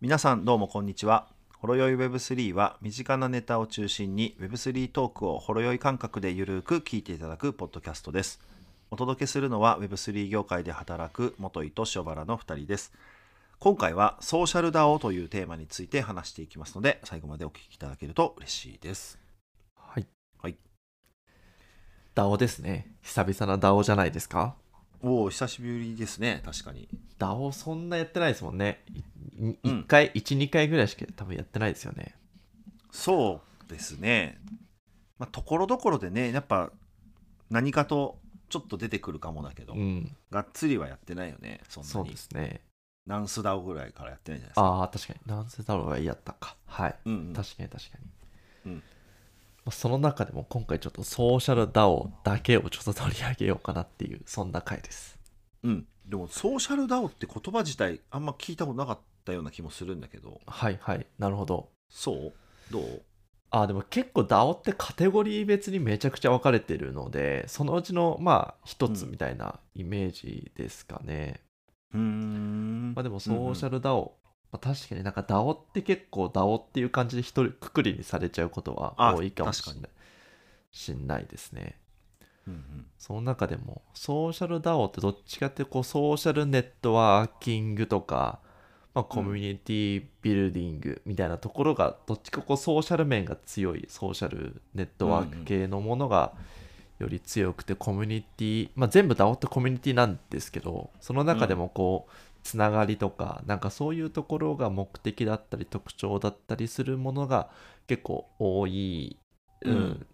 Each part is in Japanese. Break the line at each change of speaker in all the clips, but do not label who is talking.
皆さんどうもこんにちは。ほろよい Web3 は身近なネタを中心に Web3 トークをほろよい感覚でゆるく聞いていただくポッドキャストです。お届けするのは Web3 業界で働く元井と塩原の2人です。今回はソーシャル DAO というテーマについて話していきますので最後までお聞きいただけると嬉しいです。
はい。
はい。
DAO ですね。久々な DAO じゃないですか。
おお久しぶりですね確かに。
DAO そんなやってないですもんね。い
うん
1回、1、2回ぐらいしか多分やってないですよね。
そうですね。まあ、ところどころでね、やっぱ何かとちょっと出てくるかもだけど、
うん。
がっつりはやってないよね、そん
そう
な
で
に。
すね。
ナンスダオぐらいからやってないじゃないですか。
ああ、確かに。なんせ DAO がやったか。はい。
うんうん、
確かに確かに。
うん
まあその中でも今回ちょっとソーシャル DAO だけをちょっと取り上げようかなっていう、そんな回です。
うんでも、ソーシャルダオって言葉自体、あんま聞いたことなかったような気もするんだけど、
はいはい。なるほど。
そうどう
あでも結構 DAO ってカテゴリー別にめちゃくちゃ分かれてるのでそのうちのまあ一つみたいなイメージですかね、
うーん。
まあでもソーシャ
ル、
ル DAO、まあ、確かになんか DAO って結構 DAO っていう感じで一人くくりにされちゃうこと
あ
は多いかもしんないしんないですね
うんうん
その中でもソーシャル DAO ってどっちかっていうとこうソーシャルネットワーキングとか、まあ、コミュニティビルディングみたいなところが、どっちかこうソーシャル面が強いソーシャルネットワーク系のものがより強くてコミュニティ、まあ、全部 DAO ってコミュニティなんですけどその中でもこう、つながりとかなんかそういうところが目的だったり特徴だったりするものが結構多い、うん
うん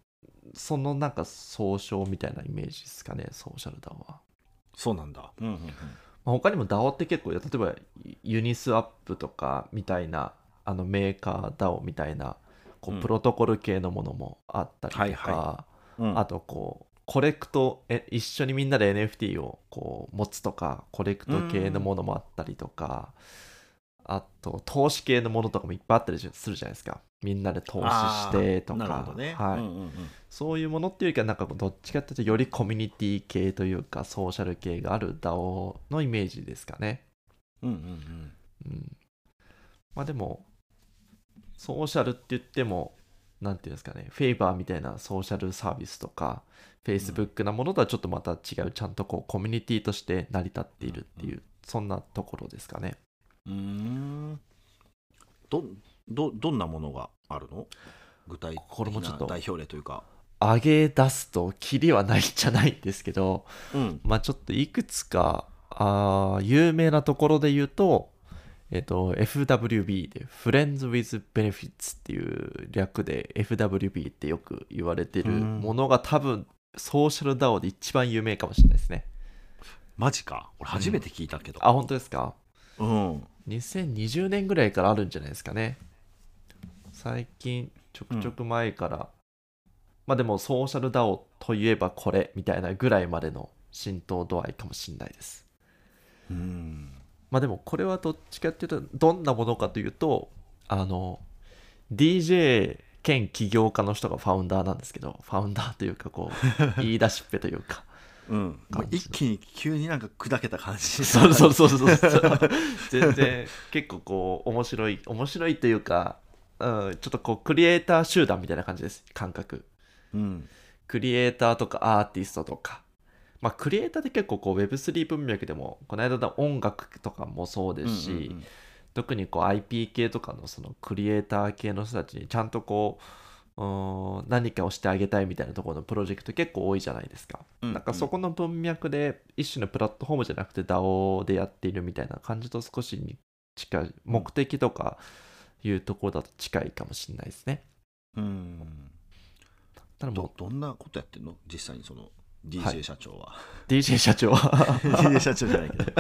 そのなんか総称みたいなイメージですかねソーシャル DAO は。
そうなんだ。うんうんうん
まあ他にも DAO って結構例えばユニスアップとかみたいなあのメーカー DAO みたいなこ
うん
うプロトコル系のものもあったりとか、
はいはうん
あとこうコレクトえ一緒にみんなで NFT をこう持つとかコレクト系のものもあったりとか、あと投資系のものとかもいっぱいあったりするじゃないですかみんなで投資してとか
あーなるほどね。
はい
うんうんうん
そういうものっていうよりかなんかこうどっちかっていうとよりコミュニティ系というかソーシャル系がある DAO のイメージですかね。
うんうんうん
うん、まあでもソーシャルって言っても何ていうんですかねフェイバーみたいなソーシャルサービスとかフェイスブックなものとはちょっとまた違うちゃんとこうコミュニティとして成り立っているっていう、そんなところですかね。
うーんどどどんなものがあるの具体
これ
的
もちょ
な
っと
代表例というか。
上げ出すとキリはないんじゃないんですけど
うん、
まあちょっといくつかあー有名なところで言うとえっと、FWB で Friends with Benefits っていう略で FWB ってよく言われてる
うん
ものが多分ソーシャル DAO で一番有名かもしれないですね。
マジか俺初めて聞いたけど、
あ、本当ですか
うん
2020年ぐらいからあるんじゃないですかね最近ちょくちょく前から、まあでもソーシャル DAO といえばこれみたいなぐらいまでの浸透度合いかもしれないです
うん
まあでもこれはどっちかっていうとどんなものかというとあの DJ 兼起業家の人がファウンダーなんですけどファウンダーというか こう言い出しっぺというか
うん、もう一気に急になんか砕けた感じ
そうそうそうそうそう。全然結構こう面白い面白いというか、うん、ちょっとこうクリエイター集団みたいな感じです感覚。
うん
クリエイターとかアーティストとか。まあ、クリエイターって結構こう Web3 文脈でもこの間の音楽とかもそうですし、
うんうんうん
特にこう IP 系とかのそのクリエイター系の人たちにちゃんとこううーん何かをしてあげたいみたいなところのプロジェクト結構多いじゃないですか。
うん
なんかそこの文脈で一種のプラットフォームじゃなくて DAO でやっているみたいな感じと少しに近い目的とかいうところだと近いかもしれないですね。
うん
ただも
どどんなことやってんの実際にその
は
DJ
い
社長は、
う DJ 社長は
DJ 社長じゃないけど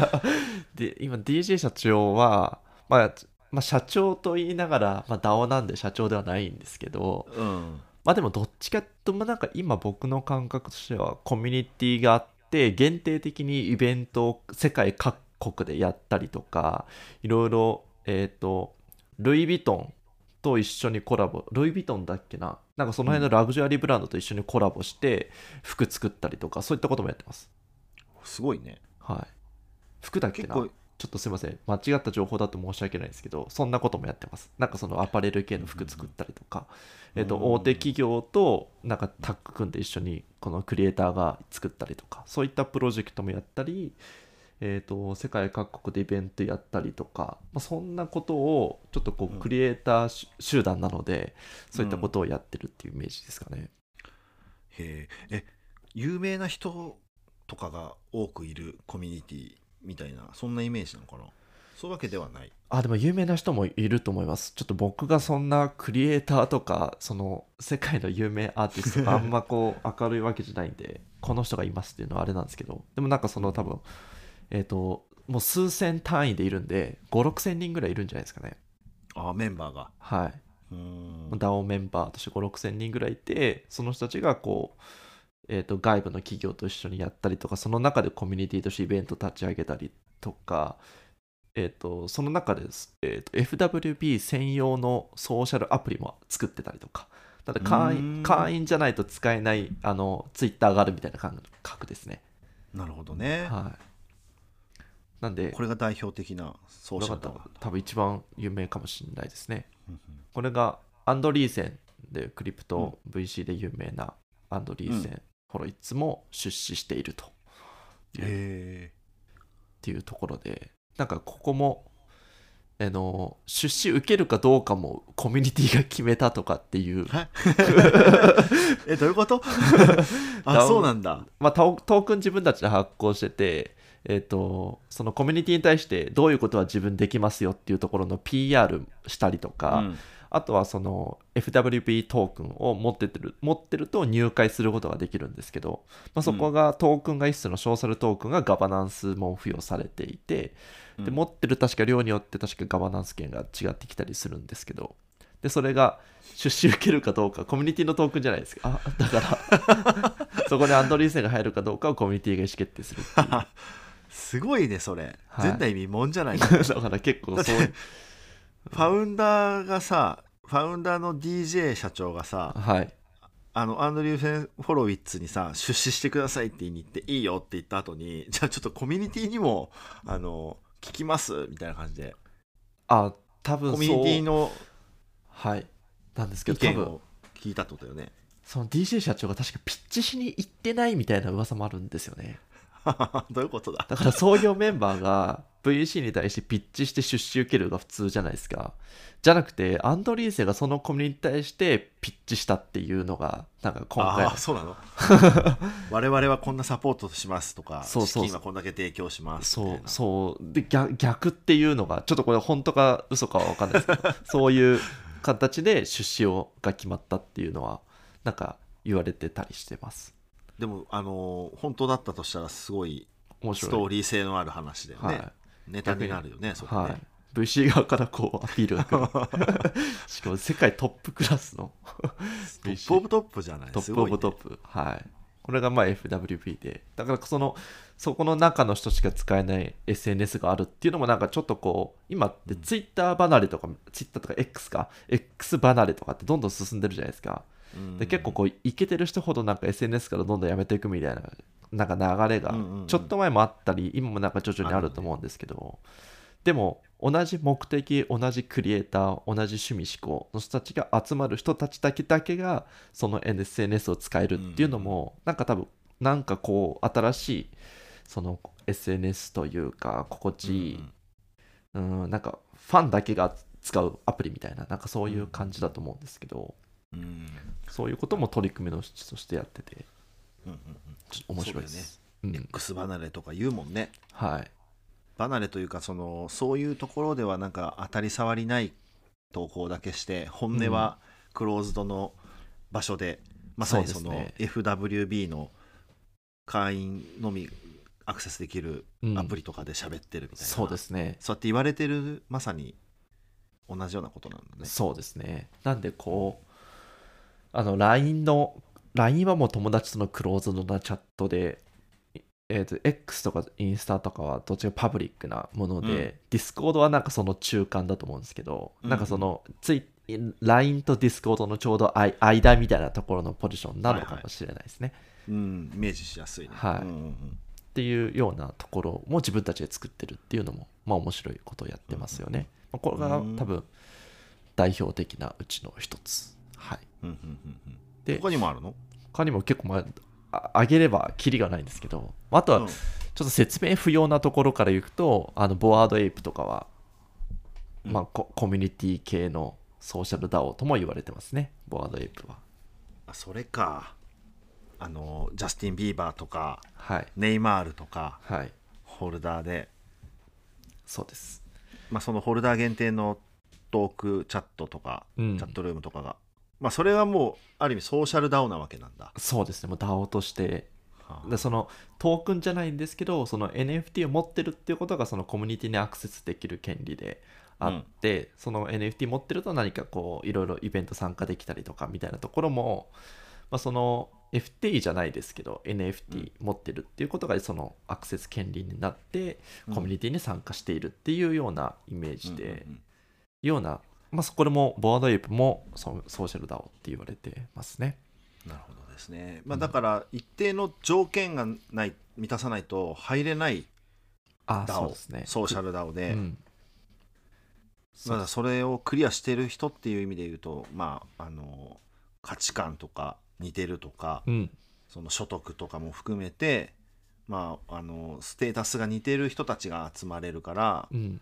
で今 DJ 社長は、まあ、まあ社長と言いながら、まあ、DAO なんで社長ではないんですけど、
うん
まあでもどっちかともなんか今僕の感覚としてはコミュニティがあって限定的にイベントを世界各国でやったりとかいろいろえっ、とルイ・ヴィトンと一緒にコラボルイ・ヴィトンだっけななんかその辺のラグジュアリーブランドと一緒にコラボして服作ったりとかそういったこともやってます
すごいね
はい服だっけ
結
な
構
ちょっとすいません間違った情報だと申し訳ないですけどそんなこともやってますなんかそのアパレル系の服作ったりとか、えっと
うん
大手企業となんかタッグ組んで一緒にこのクリエイターが作ったりとかそういったプロジェクトもやったり、えっと世界各国でイベントやったりとか、まあ、そんなことをちょっとこ
うん
うクリエイターし集団なのでそういったことをやってるっていうイメージですかね。
へええ有名な人とかが多くいるコミュニティみたいなそんなイメージなのかなそういうわけではない
あでも有名な人もいると思いますちょっと僕がそんなクリエイターとかその世界の有名アーティストがあんまこう明るいわけじゃないんでこの人がいますっていうのはあれなんですけどでもなんかその多分えっ、ともう数千単位でいるんで56000人ぐらいいるんじゃないですかね
あメンバーが
はいう
ーん
DAO メンバーとして56000人ぐらいいてその人たちがこう、えー、と外部の企業と一緒にやったりとかその中でコミュニティとしてイベント立ち上げたりとか、えー、とその中です、えー、と FWB 専用のソーシャルアプリも作ってたりとかただ会
うー
員
ん
会員じゃないと使えないあのツイッターがあるみたいな感覚ですね
なるほどね、
はいなんで
これが代表的なソーシャル
こ
だ
れが多分一番有名かもしれないですね
うん
これがアンドリーセンでクリプト VC で有名なアンドリーセン、ホロイッツも出資しているとっ
うんへえ
ていうところでなんかここもあの出資受けるかどうかもコミュニティが決めたとかっていう、
はいえどういう ことあ
ダウン
そうなんだ
まあ、トートークン自分たちで発行してて、えっとそのコミュニティに対してどういうことは自分できますよっていうところの PR したりとか、
うん
あとはその FWP トークンを持っててる持ってると入会することができるんですけど、まあ、そこがトークンが一種の小サルトークンがガバナンスも付与されていて、
うん
で持ってる確か量によって確かガバナンス権が違ってきたりするんですけどでそれが出資受けるかどうかコミュニティのトークンじゃないですかあだから そこでアンドリーセンが入るかどうかをコミュニティが意思決定するっていう
すごいねそれ、
はい
前代未聞じゃないの
だから結構そう
ファウンダーがさファウンダーの DJ 社長がさ
はい
あのアンドリュー・フェン・フォロウィッツにさ出資してくださいって言いに行っていいよって言った後にじゃあちょっとコミュニティにもあの聞きますみたいな感じで
あ多分
コ
そう
ミュニティの
はいなんですけ
意
ど多
見
分
を聞いたってことだよね
その DJ 社長が確かピッチしに行ってないみたいな噂もあるんですよね
どういうことだ
だから創業メンバーが VC に対してピッチして出資受けるが普通じゃないですかじゃなくてアンドリーセがそのコミュニティに対してピッチしたっていうのがなんか今回
ああーそうなの 我々はこんなサポートしますとか
そうそう
資金はこんだけ提供しますみ
そ
たいうな
そうで逆逆っていうのがちょっとこれ本当か嘘かは分かんないですけど そういう形で出資をが決まったっていうのはなんか言われてたりしてます
でもあの本当だったとしたらすごい
面白
ス
い
トーリー性のある話だよね、
はい
ネタになるよねそこね、
はい、VC 側からこうアピールが来る しかも世界トップクラスの
トップオブトップじゃない
ト
す
ップ
ご
オ
いね
ブトップ、はいこれがまあ FWP でだからそのそこの中の人しか使えない SNS があるっていうのもなんかちょっとこう今って
うん
Twitter 離れとか Twitter とか X か X 離れとかってどんどん進んでるじゃないですか
うん
で結構こうイケてる人ほどなんか SNS からどんどんやめていくみたいななんか流れが
うんうんうん
ちょっと前もあったり今もなんか徐々にあると思うんですけどでも同じ目的同じクリエイター同じ趣味思考の人たちが集まる人たちだけだけがその SNS を使えるっていうのもなんか多分なんかこう新しいその SNS というか心地いいうんなんかファンだけが使うアプリみたいななんかそういう感じだと思うんですけど。
うんうん
そういうことも取り組みの一つとしてやってて、
うんうん
ちょっと面白いです。う
うん
ん、
X 離れとか言うもんね
はい。
離れというかそのそういうところではなんか当たり障りない投稿だけして本音はクローズドの場所で、まさにその
そうで
FWB の会員のみアクセスできる
うん
アプリとかで喋ってるみたいな、
そうですね。
そうやって言われてるまさに同じようなことなんだね
そうですね。なんでこう、あの LINE の LINE はもう友達とのクローズドなチャットで、いえー、と X とかインスタとかはどっちかパブリックなもので、
うん
Discord はなんかその中間だと思うんですけど、
うん
なんかそのツイ LINE と Discord のちょうどあい間みたいなところのポジションなのかもしれないですね。
うんイメージしやすいね
はい
うんうんうん
っていうようなところも自分たちで作ってるっていうのも、まあ、面白いことをやってますよね。まあ、これが多分代表的なうちの一つ。はい、
うんうんうんうん
で
他にもあるの
他にも結構、まあ、あ上げればキリがないんですけど、まあ、あとは
うん
ちょっと説明不要なところからいくとあのボアードエイプとかは、
うん
まあ、ココミュニティ系のソーシャルダオとも言われてますねボアードエイプは。
あそれかあのジャスティン・ビーバーとか
はい、
ネイマールとか
はい、
ホルダーで、
そうです。
まあ、そのホルダー限定のトークチャットとか、
うん
チャットルームとかが、まあ、それはもうある意味ソーシャルダウなわけなんだ、
そうですねもう DAO として
はあ
でそのトークンじゃないんですけどその NFT を持ってるっていうことがそのコミュニティにアクセスできる権利であって、その NFT 持ってると何かこういろいろイベント参加できたりとかみたいなところも、まあ、その FT じゃないですけど
う
NFT 持ってるっていうことがそのアクセス権利になって
うん
コミュニティに参加しているっていうようなイメージで、
うんうん
ような、まあ、そこでもボードエイプもそうソーシャルダ o って言われてますね。
うんなるほどですね、まあ、だから一定の条件がない満たさないと入れない
あ
ダ
そう
オ、
ですね。
ソーシャルダオで、
うん
まだそれをクリアしてる人っていう意味で言うと、まあ、あの価値観とか似てるとか、
うん、
その所得とかも含めて、まあ、あのステータスが似てる人たちが集まれるから、
うん、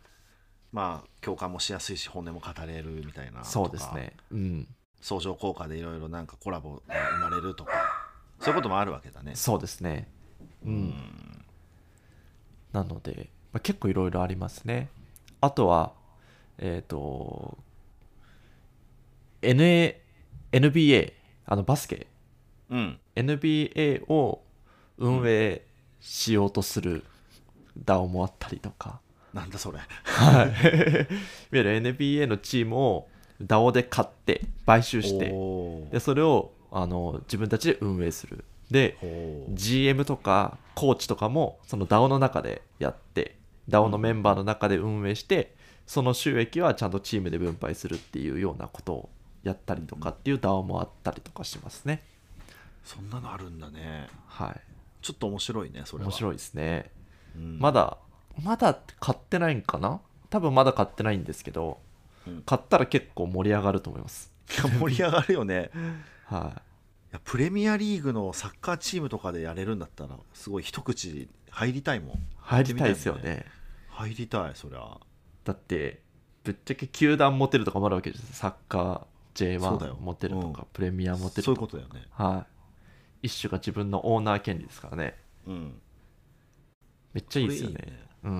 まあ、共感もしやすいし本音も語れるみたいな
そうですね。うん、
とか相乗効果でいろいろなんかコラボが生まれるとかそういうこともあるわけだね。
そうですね。う、
うんん
なので、まあ、結構いろいろありますね。あとは、えっ、と、NA、NBA、あのバスケ、
うん、
NBA を運営しようとする DAO もあったりとか、
なんだそれ。
はい。い わゆる NBA のチームを DAO で買って、買収して、
おー
でそれをあの自分たちで運営する。で、
ほう
GM とかコーチとかもその DAO の中でやって、DAO のメンバーの中で運営して、その収益はちゃんとチームで分配するっていうようなことをやったりとかっていう DAO もあったりとかしますね。
そんなのあるんだね。
はい。
ちょっと面白いねそれは。
面白いですね。
うん
まだ、まだ買ってないんかな多分まだ買ってないんですけど
うん、
買ったら結構盛り上がると思います。
いや 盛り上がるよね。
はい。
いやプレミアリーグのサッカーチームとかでやれるんだったらすごい一口入りたいもん
入りたいですよね。
入りたいそりゃ
だってぶっちゃけ球団持てるとかもあるわけですサッカー
そうだよ
J1 持てるとか、
うん
プレミア持てる
そうい
と
うこ
か
とだよね
はい一種が自分のオーナー権利ですからね
うん
めっちゃいいですよね
これいいね
う
うん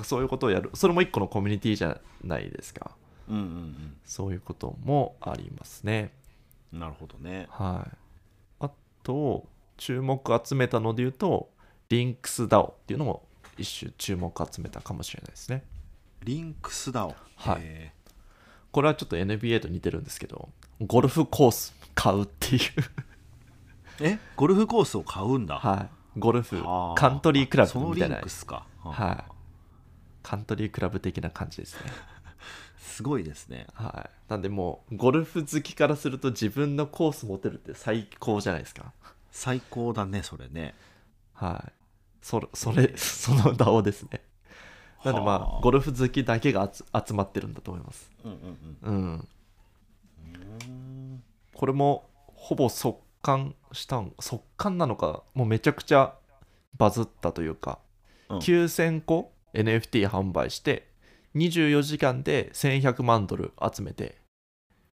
ん
そういうことをやるそれも一個のコミュニティじゃないですか
うんうん
そういうこともありますね
うんなるほどね
はいあと注目集めたので言うとリンクス DAO っていうのも一種注目集めたかもしれないですね
リンクスダオ
はい
へ
これはちょっと NBA と似てるんですけどゴルフコース買うっていう
ーえゴルフコースを買うんだ
はい、ゴルフ
はあ
カントリークラ
そ
ブ
の
み
リ
たい
ン
な、
クスかは
はい、カントリークラブ的な感じですね、
すごいですね
はい、なんでもうゴルフ好きからすると自分のコース持てるって最高じゃないですか
最高だねそれね
はいそれそれその DAO ですねなんでま
は
あゴルフ好きだけが集集まってるんだと思います
うんうん
うん
うん
これもほぼ速乾したん速乾なのかもうめちゃくちゃバズったというか、
うん
9000個 NFT 販売して24時間で1100万ドル集めて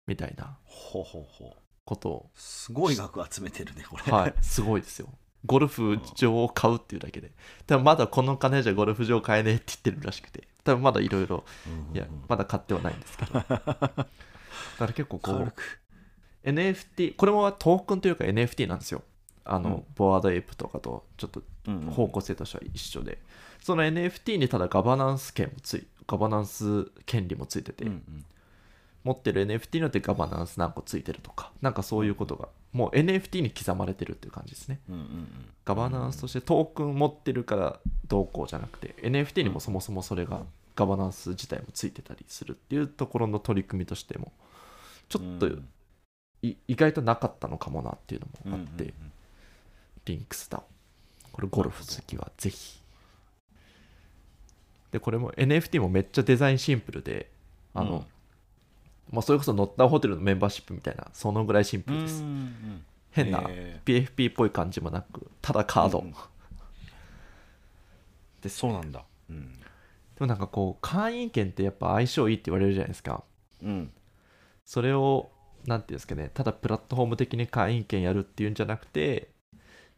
みたいな
ほうほうほう
ことを
すごい額集めてるねこれ
はいすごいですよゴルフ場を買うっていうだけで多分まだこの金じゃゴルフ場買えねえって言ってるらしくて多分まだいろいろ
うんうんうん
いやまだ買ってはないんで すけどだから結構こう
軽く
NFT これもトークンというか NFT なんですよあの、
うん
ボワードエイプとかとちょっと
うんうん
方向性としては一緒で、その NFT にただガバナンス権もついガバナンス権利もついてて、
うんうん
持ってる NFT によってガバナンス何個ついてるとかなんかそういうことがもう NFT に刻まれてるっていう感じですね
うんうんうん
ガバナンスとしてトークン持ってるからどうこうじゃなくて NFT にもそもそもそれがガバナンス自体もついてたりするっていうところの取り組みとしてもちょっと
うん
い意外となかったのかもなっていうのもあって、
うんうんうん
リンクスだこれゴルフ好きはぜひでこれも NFT もめっちゃデザインシンプルであの、まあ、それこそ乗ったホテルのメンバーシップみたいなそのぐらいシンプ
うん
ルです
うん
変な
え
PFP っぽい感じもなくただカード、
うんうん
です
そうなんだうん
でもなんかこう会員権ってやっぱ相性いいって言われるじゃないですか
うん
それをなんていうんですかねただプラットフォーム的に会員権やるっていうんじゃなくて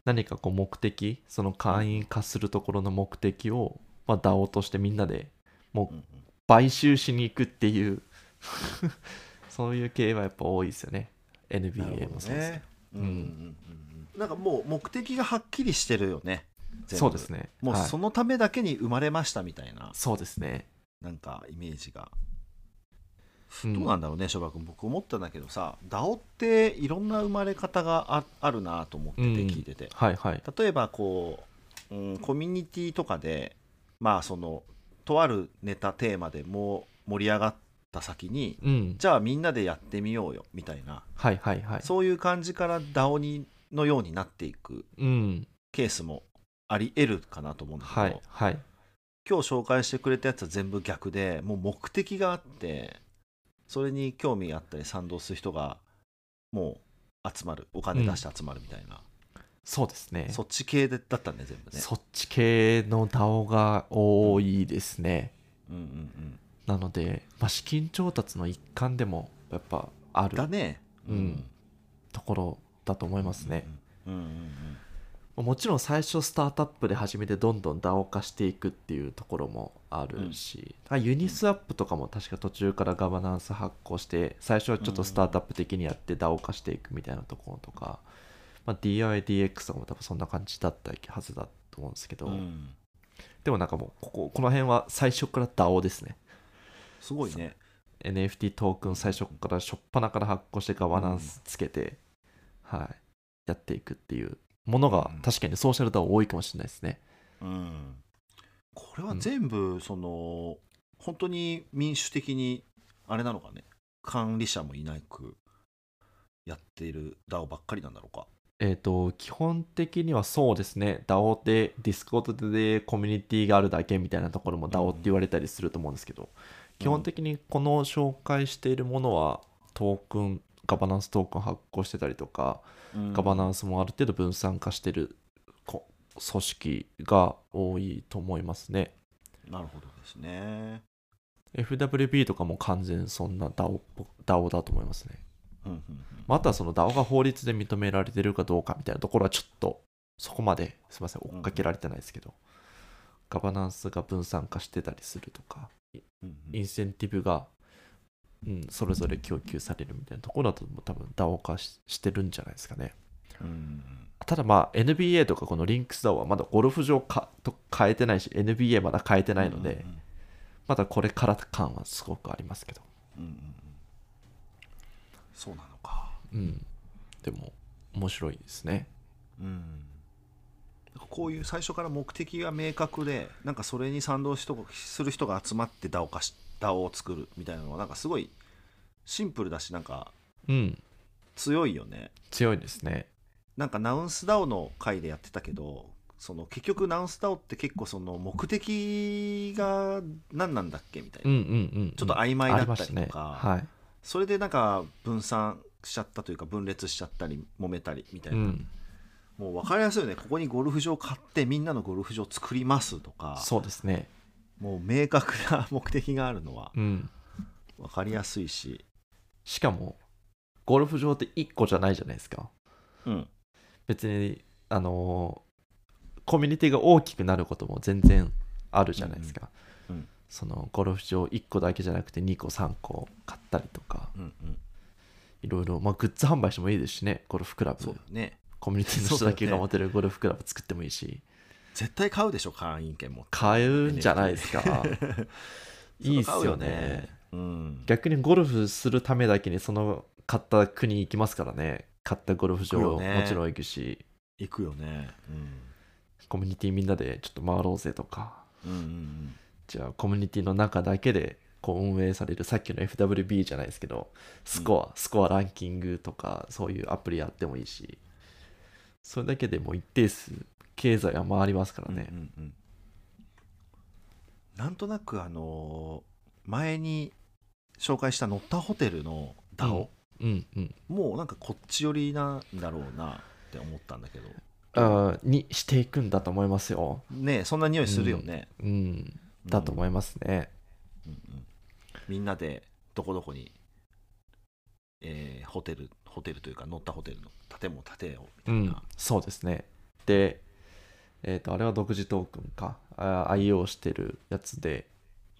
何かこう目的その会員化するところの目的を、まあ、DAO としてみんなでも
う
うん買収しに行くっていう そういう系はやっぱ多いですよね NBA もそうですけど
うんうんうんうんなんかもう目的がはっきりしてるよね全部
そうですね
もう
はい
そのためだけに生まれましたみたいな、
そうですね、
なんかイメージが
うん
どうなんだろうね翔くん僕思ったんだけどさ DAO っていろんな生まれ方がああるなと思ってて
うん
聞いてて、
はいはい
例えばこう、うん、コミュニティとかでまあそのとあるネタテーマでもう盛り上がった先に
うん
じゃあみんなでやってみようよみたいな
はいはいはい
そういう感じから DAO にのようになっていく
うん
ケースもあり得るかなと思うんだけど、
はいはい
今日紹介してくれたやつは全部逆でもう目的があってそれに興味があったり賛同する人がもう集まるお金出して集まるみたいな、
そうですね
そっち系でだったね全部ね
そっち系の DAO が多いですね。
うんうん
なので、まあ、資金調達の一環でもやっぱあ
うんだ
る
ね
うんところだと思いますね。
うんうん
もちろん最初スタートアップで始めてどんどん DAO 化していくっていうところもあるし、あユニスワップとかも確か途中からガバナンス発行して最初はちょっとスタートアップ的にやって DAO 化していくみたいなところとか、まあ、DIDX とかも多分そんな感じだったはずだと思うんですけど、
うんうん
でもなんかもうこここの辺は最初から DAO ですね
すごいね
NFT トークン最初から初っ端から発行してガバナンスつけて、はいやっていくっていうものが
うん
確かにソーシャル DAO 多いかもしれないですね
うんこれは全部その本当に民主的にあれなのかね管理者もいなくやっている DAO ばっかりなんだろうか
えっ、と基本的にはそうですね DAO で Discord でコミュニティがあるだけみたいなところも DAO って言われたりすると思うんですけど、基本的にこの紹介しているものはトークンガバナンストークン発行してたりとか、ガバナンスもある程度分散化してるこ組織が多いと思いますね。
なるほどですね。
FWB とかも完全にそんな DAO っぽ DAO だと思いますね。
うんうんうん
まああとはその DAO が法律で認められてるかどうかみたいなところはちょっとそこまですいません追っかけられてないですけど、ガバナンスが分散化してたりするとか
うんう
イ
ん
ンセンティブが、うん、それぞれ供給されるみたいなところだと多分 DAO 化ししてるんじゃないですかね。
うん
ただまあ NBA とかこのリンクスダウはまだゴルフ場かと変えてないし NBA まだ変えてないので、まだこれから感はすごくありますけど、
うんうんうんうんそうなのか。
うん、でも面白いですね
うんこういう最初から目的が明確でなんかそれに賛同しとする人が集まって DAO, 化し DAO を作るみたいなのはなんかすごいシンプルだしなんか
うん
強いよね。
強いですね
なんかナウンスダオの回でやってたけどその結局ナウンスダオって結構その目的が何なんだっけみたいな
うんうんうん、うん、
ちょっと曖昧だったりとか
あましたはい
それでなんか分散しちゃったというか分裂しちゃったり揉めたりみたいうな、
ん、
もう分かりやすいよねここにゴルフ場買ってみんなのゴルフ場作りますとか
そうですね
もう明確な目的があるのは
うん
分かりやすいし、
しかもゴルフ場って1個じゃないじゃないですか
うん、
別にあのーコミュニティが大きくなることも全然あるじゃないですか、
うんうん
そのゴルフ場1個だけじゃなくて2個3個買ったりとか
うんうん
いろいろ、まあ、グッズ販売してもいいですしねゴルフクラ
そう
ブ
だね
コミュニティの人だけが持てるゴルフクラブ作ってもいいし
絶対買うでしょ会員権も
買うんじゃないですかいいっすよね
うん
逆にゴルフするためだけにその買った国行きますからね買ったゴルフ場
行くよね
もちろん行くし
行くよね
コミュニティみんなでちょっと回ろうぜとか
うんうんうんうん
じゃあコミュニティの中だけでこう運営されるさっきの FWB じゃないですけどスコア、スコアランキングとかそういうアプリやってもいいしそれだけでもう一定数経済は回りますからね
う。んうんうんなんとなくあのー前に紹介した乗ったホテルの DAO、
うんうん。
もうなんかこっち寄りなんだろうなって思ったんだけど
あーにしていくんだと思いますよ。
ねえそんな匂いするよね、
うん。だと思いますね。
うんうんみんなでどこどこに、えーホテルホテルというか乗ったホテルの建物建てよう
う
みたい
ん
な、、
そうですね。で、えっ、と、あれは独自トークンか。あー IO してるやつで、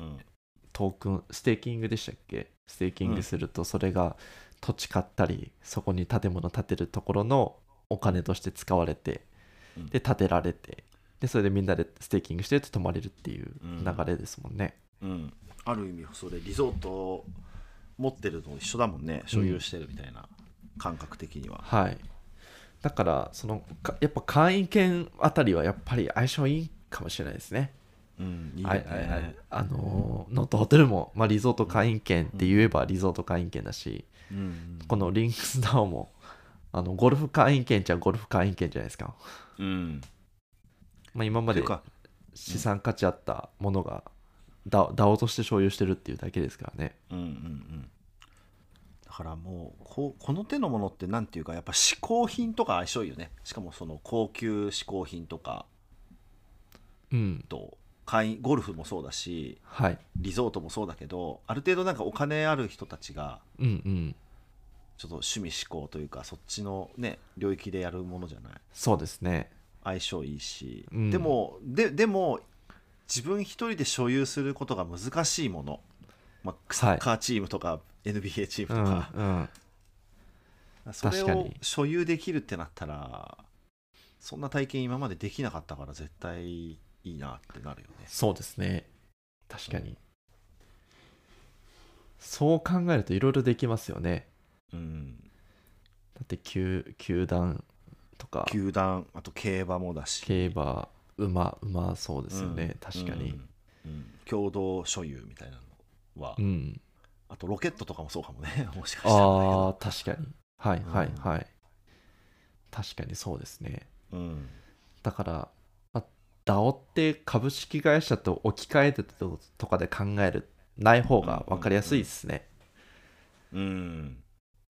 うん
トークン、ステーキングでしたっけステーキン
うん
グすると、それが土地買ったり、そこに建物建てるところのお金として使われて、
うん
で、建てられて、で、それでみんなでステーキングしてると泊まれるっていう
うん
流れですもんね。
うんある意味それリゾートを持ってるの一緒だもんね所有してるみたいな感覚的には、
はい。だから、その、かやっぱ会員権あたりはやっぱり相性いいかもしれないですね。
うん、いいよ
はい
ね、
はいはい、あのーノートホテルも、まあ、リゾート会員権って言えばリゾート会員権だし、
うんうん
このリンクスダオもあのゴルフ会員権じゃゴルフ会員権じゃないですか、
うん
まあ、今ま
てい
で
うか
資産価値あったものがダダオとして所有してるっていうだけですからね
うんうんうんだからもうこうこの手のものってなんていうかやっぱ嗜好品とか相性いいよねしかもその高級嗜好品とか
うん
と会員ゴルフもそうだし
はい
リゾートもそうだけどある程度なんかお金ある人たちが
うんうん
ちょっと趣味嗜好というかそっちのね領域でやるものじゃない
そうですね
相性いいし、
うん
でもででも自分一人で所有することが難しいもの、まあ、サッカーチームとか NBA チームと
うんう
か、
ん
それ
確か
を
に
所有できるってなったらそんな体験今までできなかったから絶対いいなってなるよね。
そうですね確かに、そう考えるといろいろできますよね
うん、
だって球球団とか
球団あと競馬もだし
競馬馬馬そうですよね、確かに、、
うんうん共同所有みたいなのは、
うん
あとロケットとかもそうかもね もしかしたらだけど
ああ確かにはいはいはい、確かにそうですね
うん
だから、まあ、DAO って株式会社と置き換えてととかで考えるない方が分かりやすいですね、
うん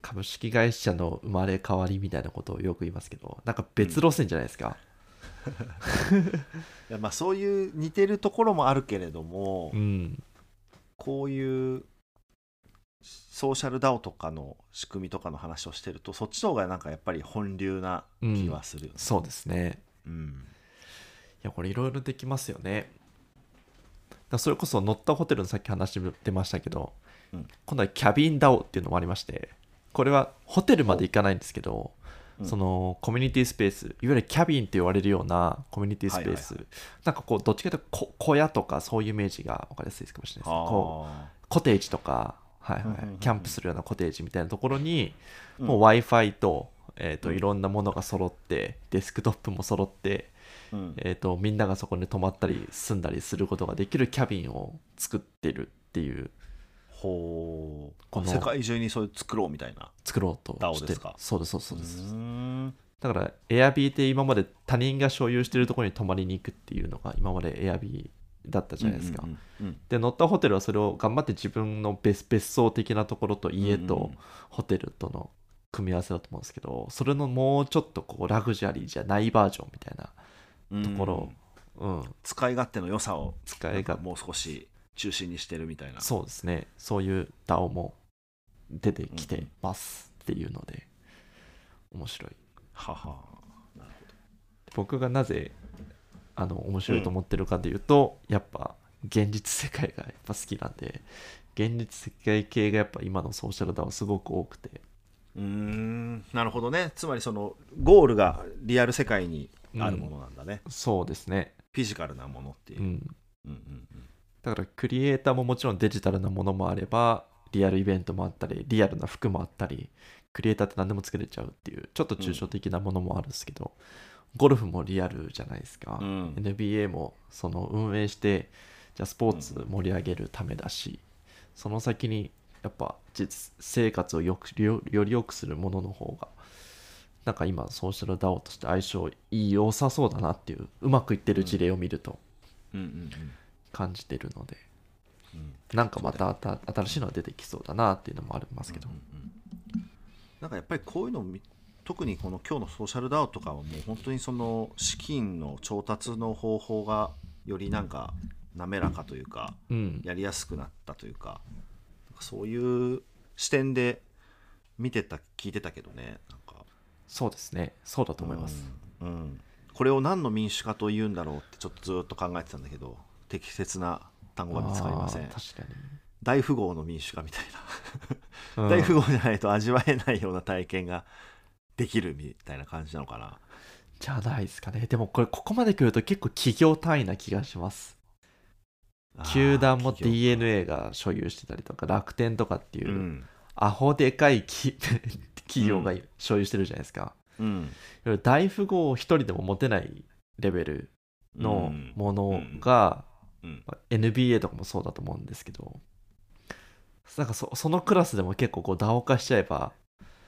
株式会社の生まれ変わりみたいなことをよく言いますけどなんか別路線じゃないですか、
いやまあ、そういう似てるところもあるけれども、
うん、
こういうソーシャル DAO とかの仕組みとかの話をしてるとそっちの方がなんかやっぱり本流な気はするよね、
そうですね
うん
いやこれいろいろできますよねだからそれこそ乗ったホテルのさっき話出ましたけど、
うん
今度はキャビンダオっていうのもありましてこれはホテルまで行かないんですけど、
うん
そのコミュニティスペースいわゆるキャビンって言われるようなコミュニティスペース、
はい
なんかこうどっちかというとこ小屋とかそういうイメージが分かりやすいかもしれないですこ
あ
うコテージとか、はい
うんうん
は
うんうん
い、キャンプするようなコテージみたいなところに、
うん
もう w i f i と,、えーと
うん
いろんなものが揃ってデスクトップも揃って
ーうん
えー、とみんながそこに泊まったり住んだりすることができるキャビンを作ってるっていう
ほう
この
世界中にそういう作ろうみたいな
作ろうと
ダオ
して
ですか
そうですそうですそうです、
ーん
だから Airb って今まで他人が所有してるところに泊まりに行くっていうのが今まで Airb だったじゃないですか、
うんうんうん
で乗ったホテルはそれを頑張って自分の別別荘的なところと家
うんうんう
と
ん
ホテルとの組み合わせだと思うんですけどそれのもうちょっとこうラグジュアリーじゃないバージョンみたいな
うん
ところを、うん
使い勝手の良さを
使い
な
が
んかもう少し中心にしてるみたいな
そうですね、そういう DAO も出てき
うんう
て
ん
ますっていうので、面白い。
ははなるほ
僕がなぜあの面白いと思ってるかでいうと、やっぱ現実世界がやっぱ好きなんで、現実世界系がやっぱ今のソーシャル DAO すごく多くて、
どうーんなるほどねつまりそのゴールがリアル世界にあるものなんだね、
そうですね、
フィジカルなものっていうう。
ん。
うんうんうん
だからクリエイターももちろんデジタルなものもあれば、リアルイベントもあったり、リアルな服もあったり、クリエイターって何でも作れちゃうっていう、ちょっと抽象的なものもあるんですけど、ゴルフもリアルじゃないですか。
うん
NBA もその運営してじゃあスポーツ盛り上げるためだし、その先にやっぱ実生活をよくよより良くするものの方がなんか今ソーシャル DAO として相性いい良さそうだなっていううまくいってる事例を見ると
うんうん
感じてるので、
うんうん
なんかまたあた新しいのが出てきそうだなっていうのもありますけど、
なんかやっぱりこういうのを見特にこの今日のソーシャルダウとかはもう本当にその資金の調達の方法がよりなんか滑らかというか
うん、
やりやすくなったというかなんかそういう視点で見てた聞いてたけどねなんか
そうですねそうだと思います、
うん、うんこれを何の民主化というんだろうってちょっとずっと考えてたんだけど適切な単語が見つかりません
あー確か
大富豪の民主化みたいな
に、うん
大富豪じゃないと味わえないような体験ができるみたいな感じなのかな。
じゃないですかねでもこれここまで来ると結構企業単位な気がします
あー
球団も
企業
DNA が所有してたりとか楽天とかっていう、
うん。
アホでかいき 企業が所有してるじゃないですか、
うん。
いわゆる大富豪を一人でも持てないレベルの
うん
ものが、
うん
まあ NBA とかもそうだと思うんですけどなんかそそのクラスでも結構こう DAO 化しちゃえば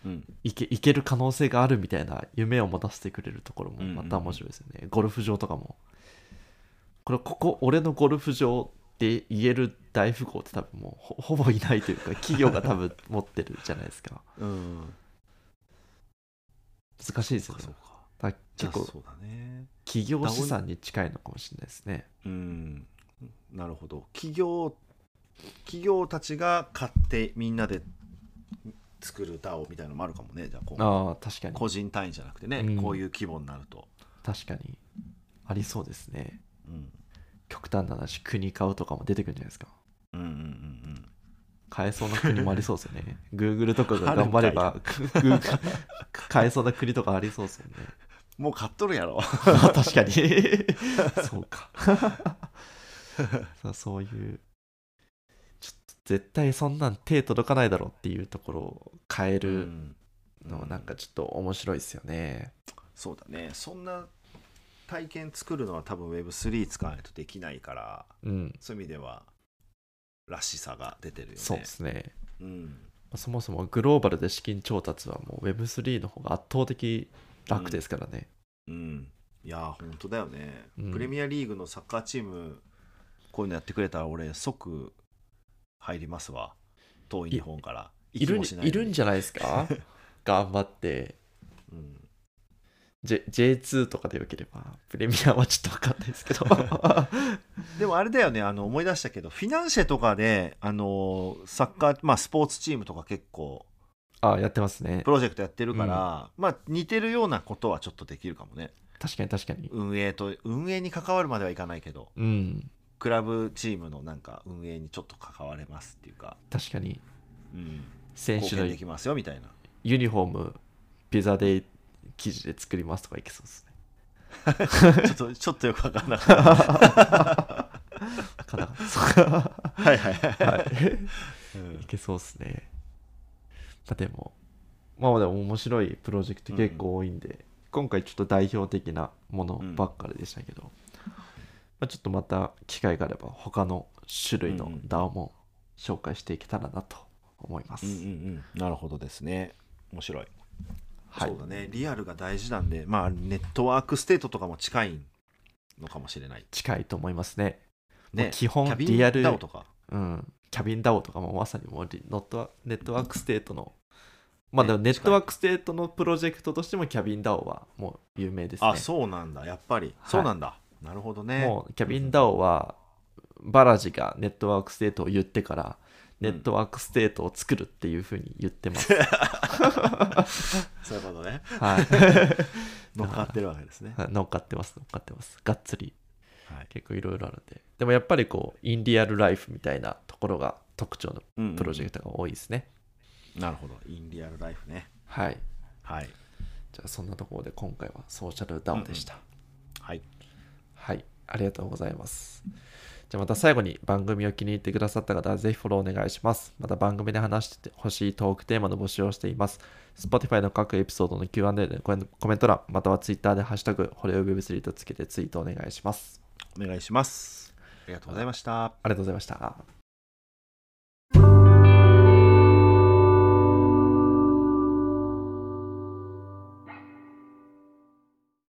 うん
いけいける可能性があるみたいな夢を持たせてくれるところもまた面白いですよね、ゴルフ場とかもこれここ俺のゴルフ場って言える大富豪って多分もうほほぼいない というか企業が多分持ってるじゃないですか
うん。
難しいです
そう
よね
かそうか。
だから
じゃ
結
あ
構
そうだね。
企業資産に近いのかもしれないですね
うん。なるほど。企業企業たちが買ってみんなで作る DAO みたいなのもあるかもね。じゃあこう
ああ確かに
個人単位じゃなくてね、
うん
こういう規模になると。
確かにありそうですね
うん。
極端な話国買うとかも出てくるんじゃないですか
うんうんうんうん。
買えそうな国もありそうですよ ね Google とかが
あるん
頑
か
張
い
れば Google 買えそうな国とかありそうですよね
もう買っとるやろ。
まあ確かに そうかさあそういうちょっと絶対そんなん手届かないだろうっていうところを変え
う
る
ん
のはなんかちょっと面白いですよね、
そうだねそんな体験作るのは多分 Web3 使わないとできないから
うん、
そういう意味ではらしさが出てるよね
そうですね
うん
そもそもグローバルで資金調達はもう Web3 の方が圧倒的楽ですからね。
うんいやー本当だよね、
うん
プレミアリーグのサッカーチームこういうのやってくれたら俺即入りますわ遠い日本から
いるんいるん
じ
じゃないで すか頑張って、
ゃ、うん、
J、J2 とかでよければ、プレミアはちょっと分かんないで すけど。
でもあれだよねあの思い出したけどフィナンシェとかであのーサッカー、まあ、スポーツチームとか結構
あやってますね
プ。ロジェクトやってるから、まあ似てるようなことはちょっとできるかもね
確かに確かに。
運営と運営に関わるまではいかないけど
うん、
クラブチームのなんか運営にちょっと関われますっていうか、
確かに。
うん、
選手
貢献
の
できますよみたいな
ユニフォーム、ピザで生地で作りますとかいけそう ですね。
ちょっと ちょっとよくわかんなかった
かなは
はいはいはい、
い。
うん
いけそうっすね。まあでも、まあでも面白いプロジェクト結構多いんで、今回ちょっと代表的なものばっかりでしたけど、まあ、ちょっとまた機会があれば他の種類
う
の
んうん
DAO も紹介していけたらなと思います。
うんうんうん、なるほどですね面白い、
はい
そうだねリアルが大事なんでまあネットワークステートとかも近いのかもしれない
近いと思いますね。も
ね
う基本
キャビン
リアル
ダオとか
うん、キャビン DAO とかもまさにもうリノットネットワークステートの、まあ
ね
でもネットワークステートのプロジェクトとしてもキャビン DAO はもう有名ですね。
あそうなんだやっぱり、
はい
そうなんだなるほどね
もうキャビンダオはバラジがネットワークステートを言ってから
うん
ネットワークステートを作るっていうふうに言ってます。
そういうこと ね
はい。
乗っかってるわけですね
乗っかってます乗っかってます。がっつり
はい
結構いろいろあるんで。でもやっぱりこうインリアルライフみたいなところが特徴のプロジェクトが多いですね。
なるほど、インリアルライフね。
はい。
はい。
じゃあそんなところで今回はソーシャルダオでした。
はい。
はい、ありがとうございます。じゃあまた最後に番組を気に入ってくださった方はぜひフォローお願いします。また番組で話してほしいトークテーマの募集をしています。Spotify の各エピソードの Q&A でコメントコメント欄、または Twitter でハッシュタグ、ホレオ Web3 とつけてツイートお願いします。
お願いします。ありがとうございました。
ありがとうございました。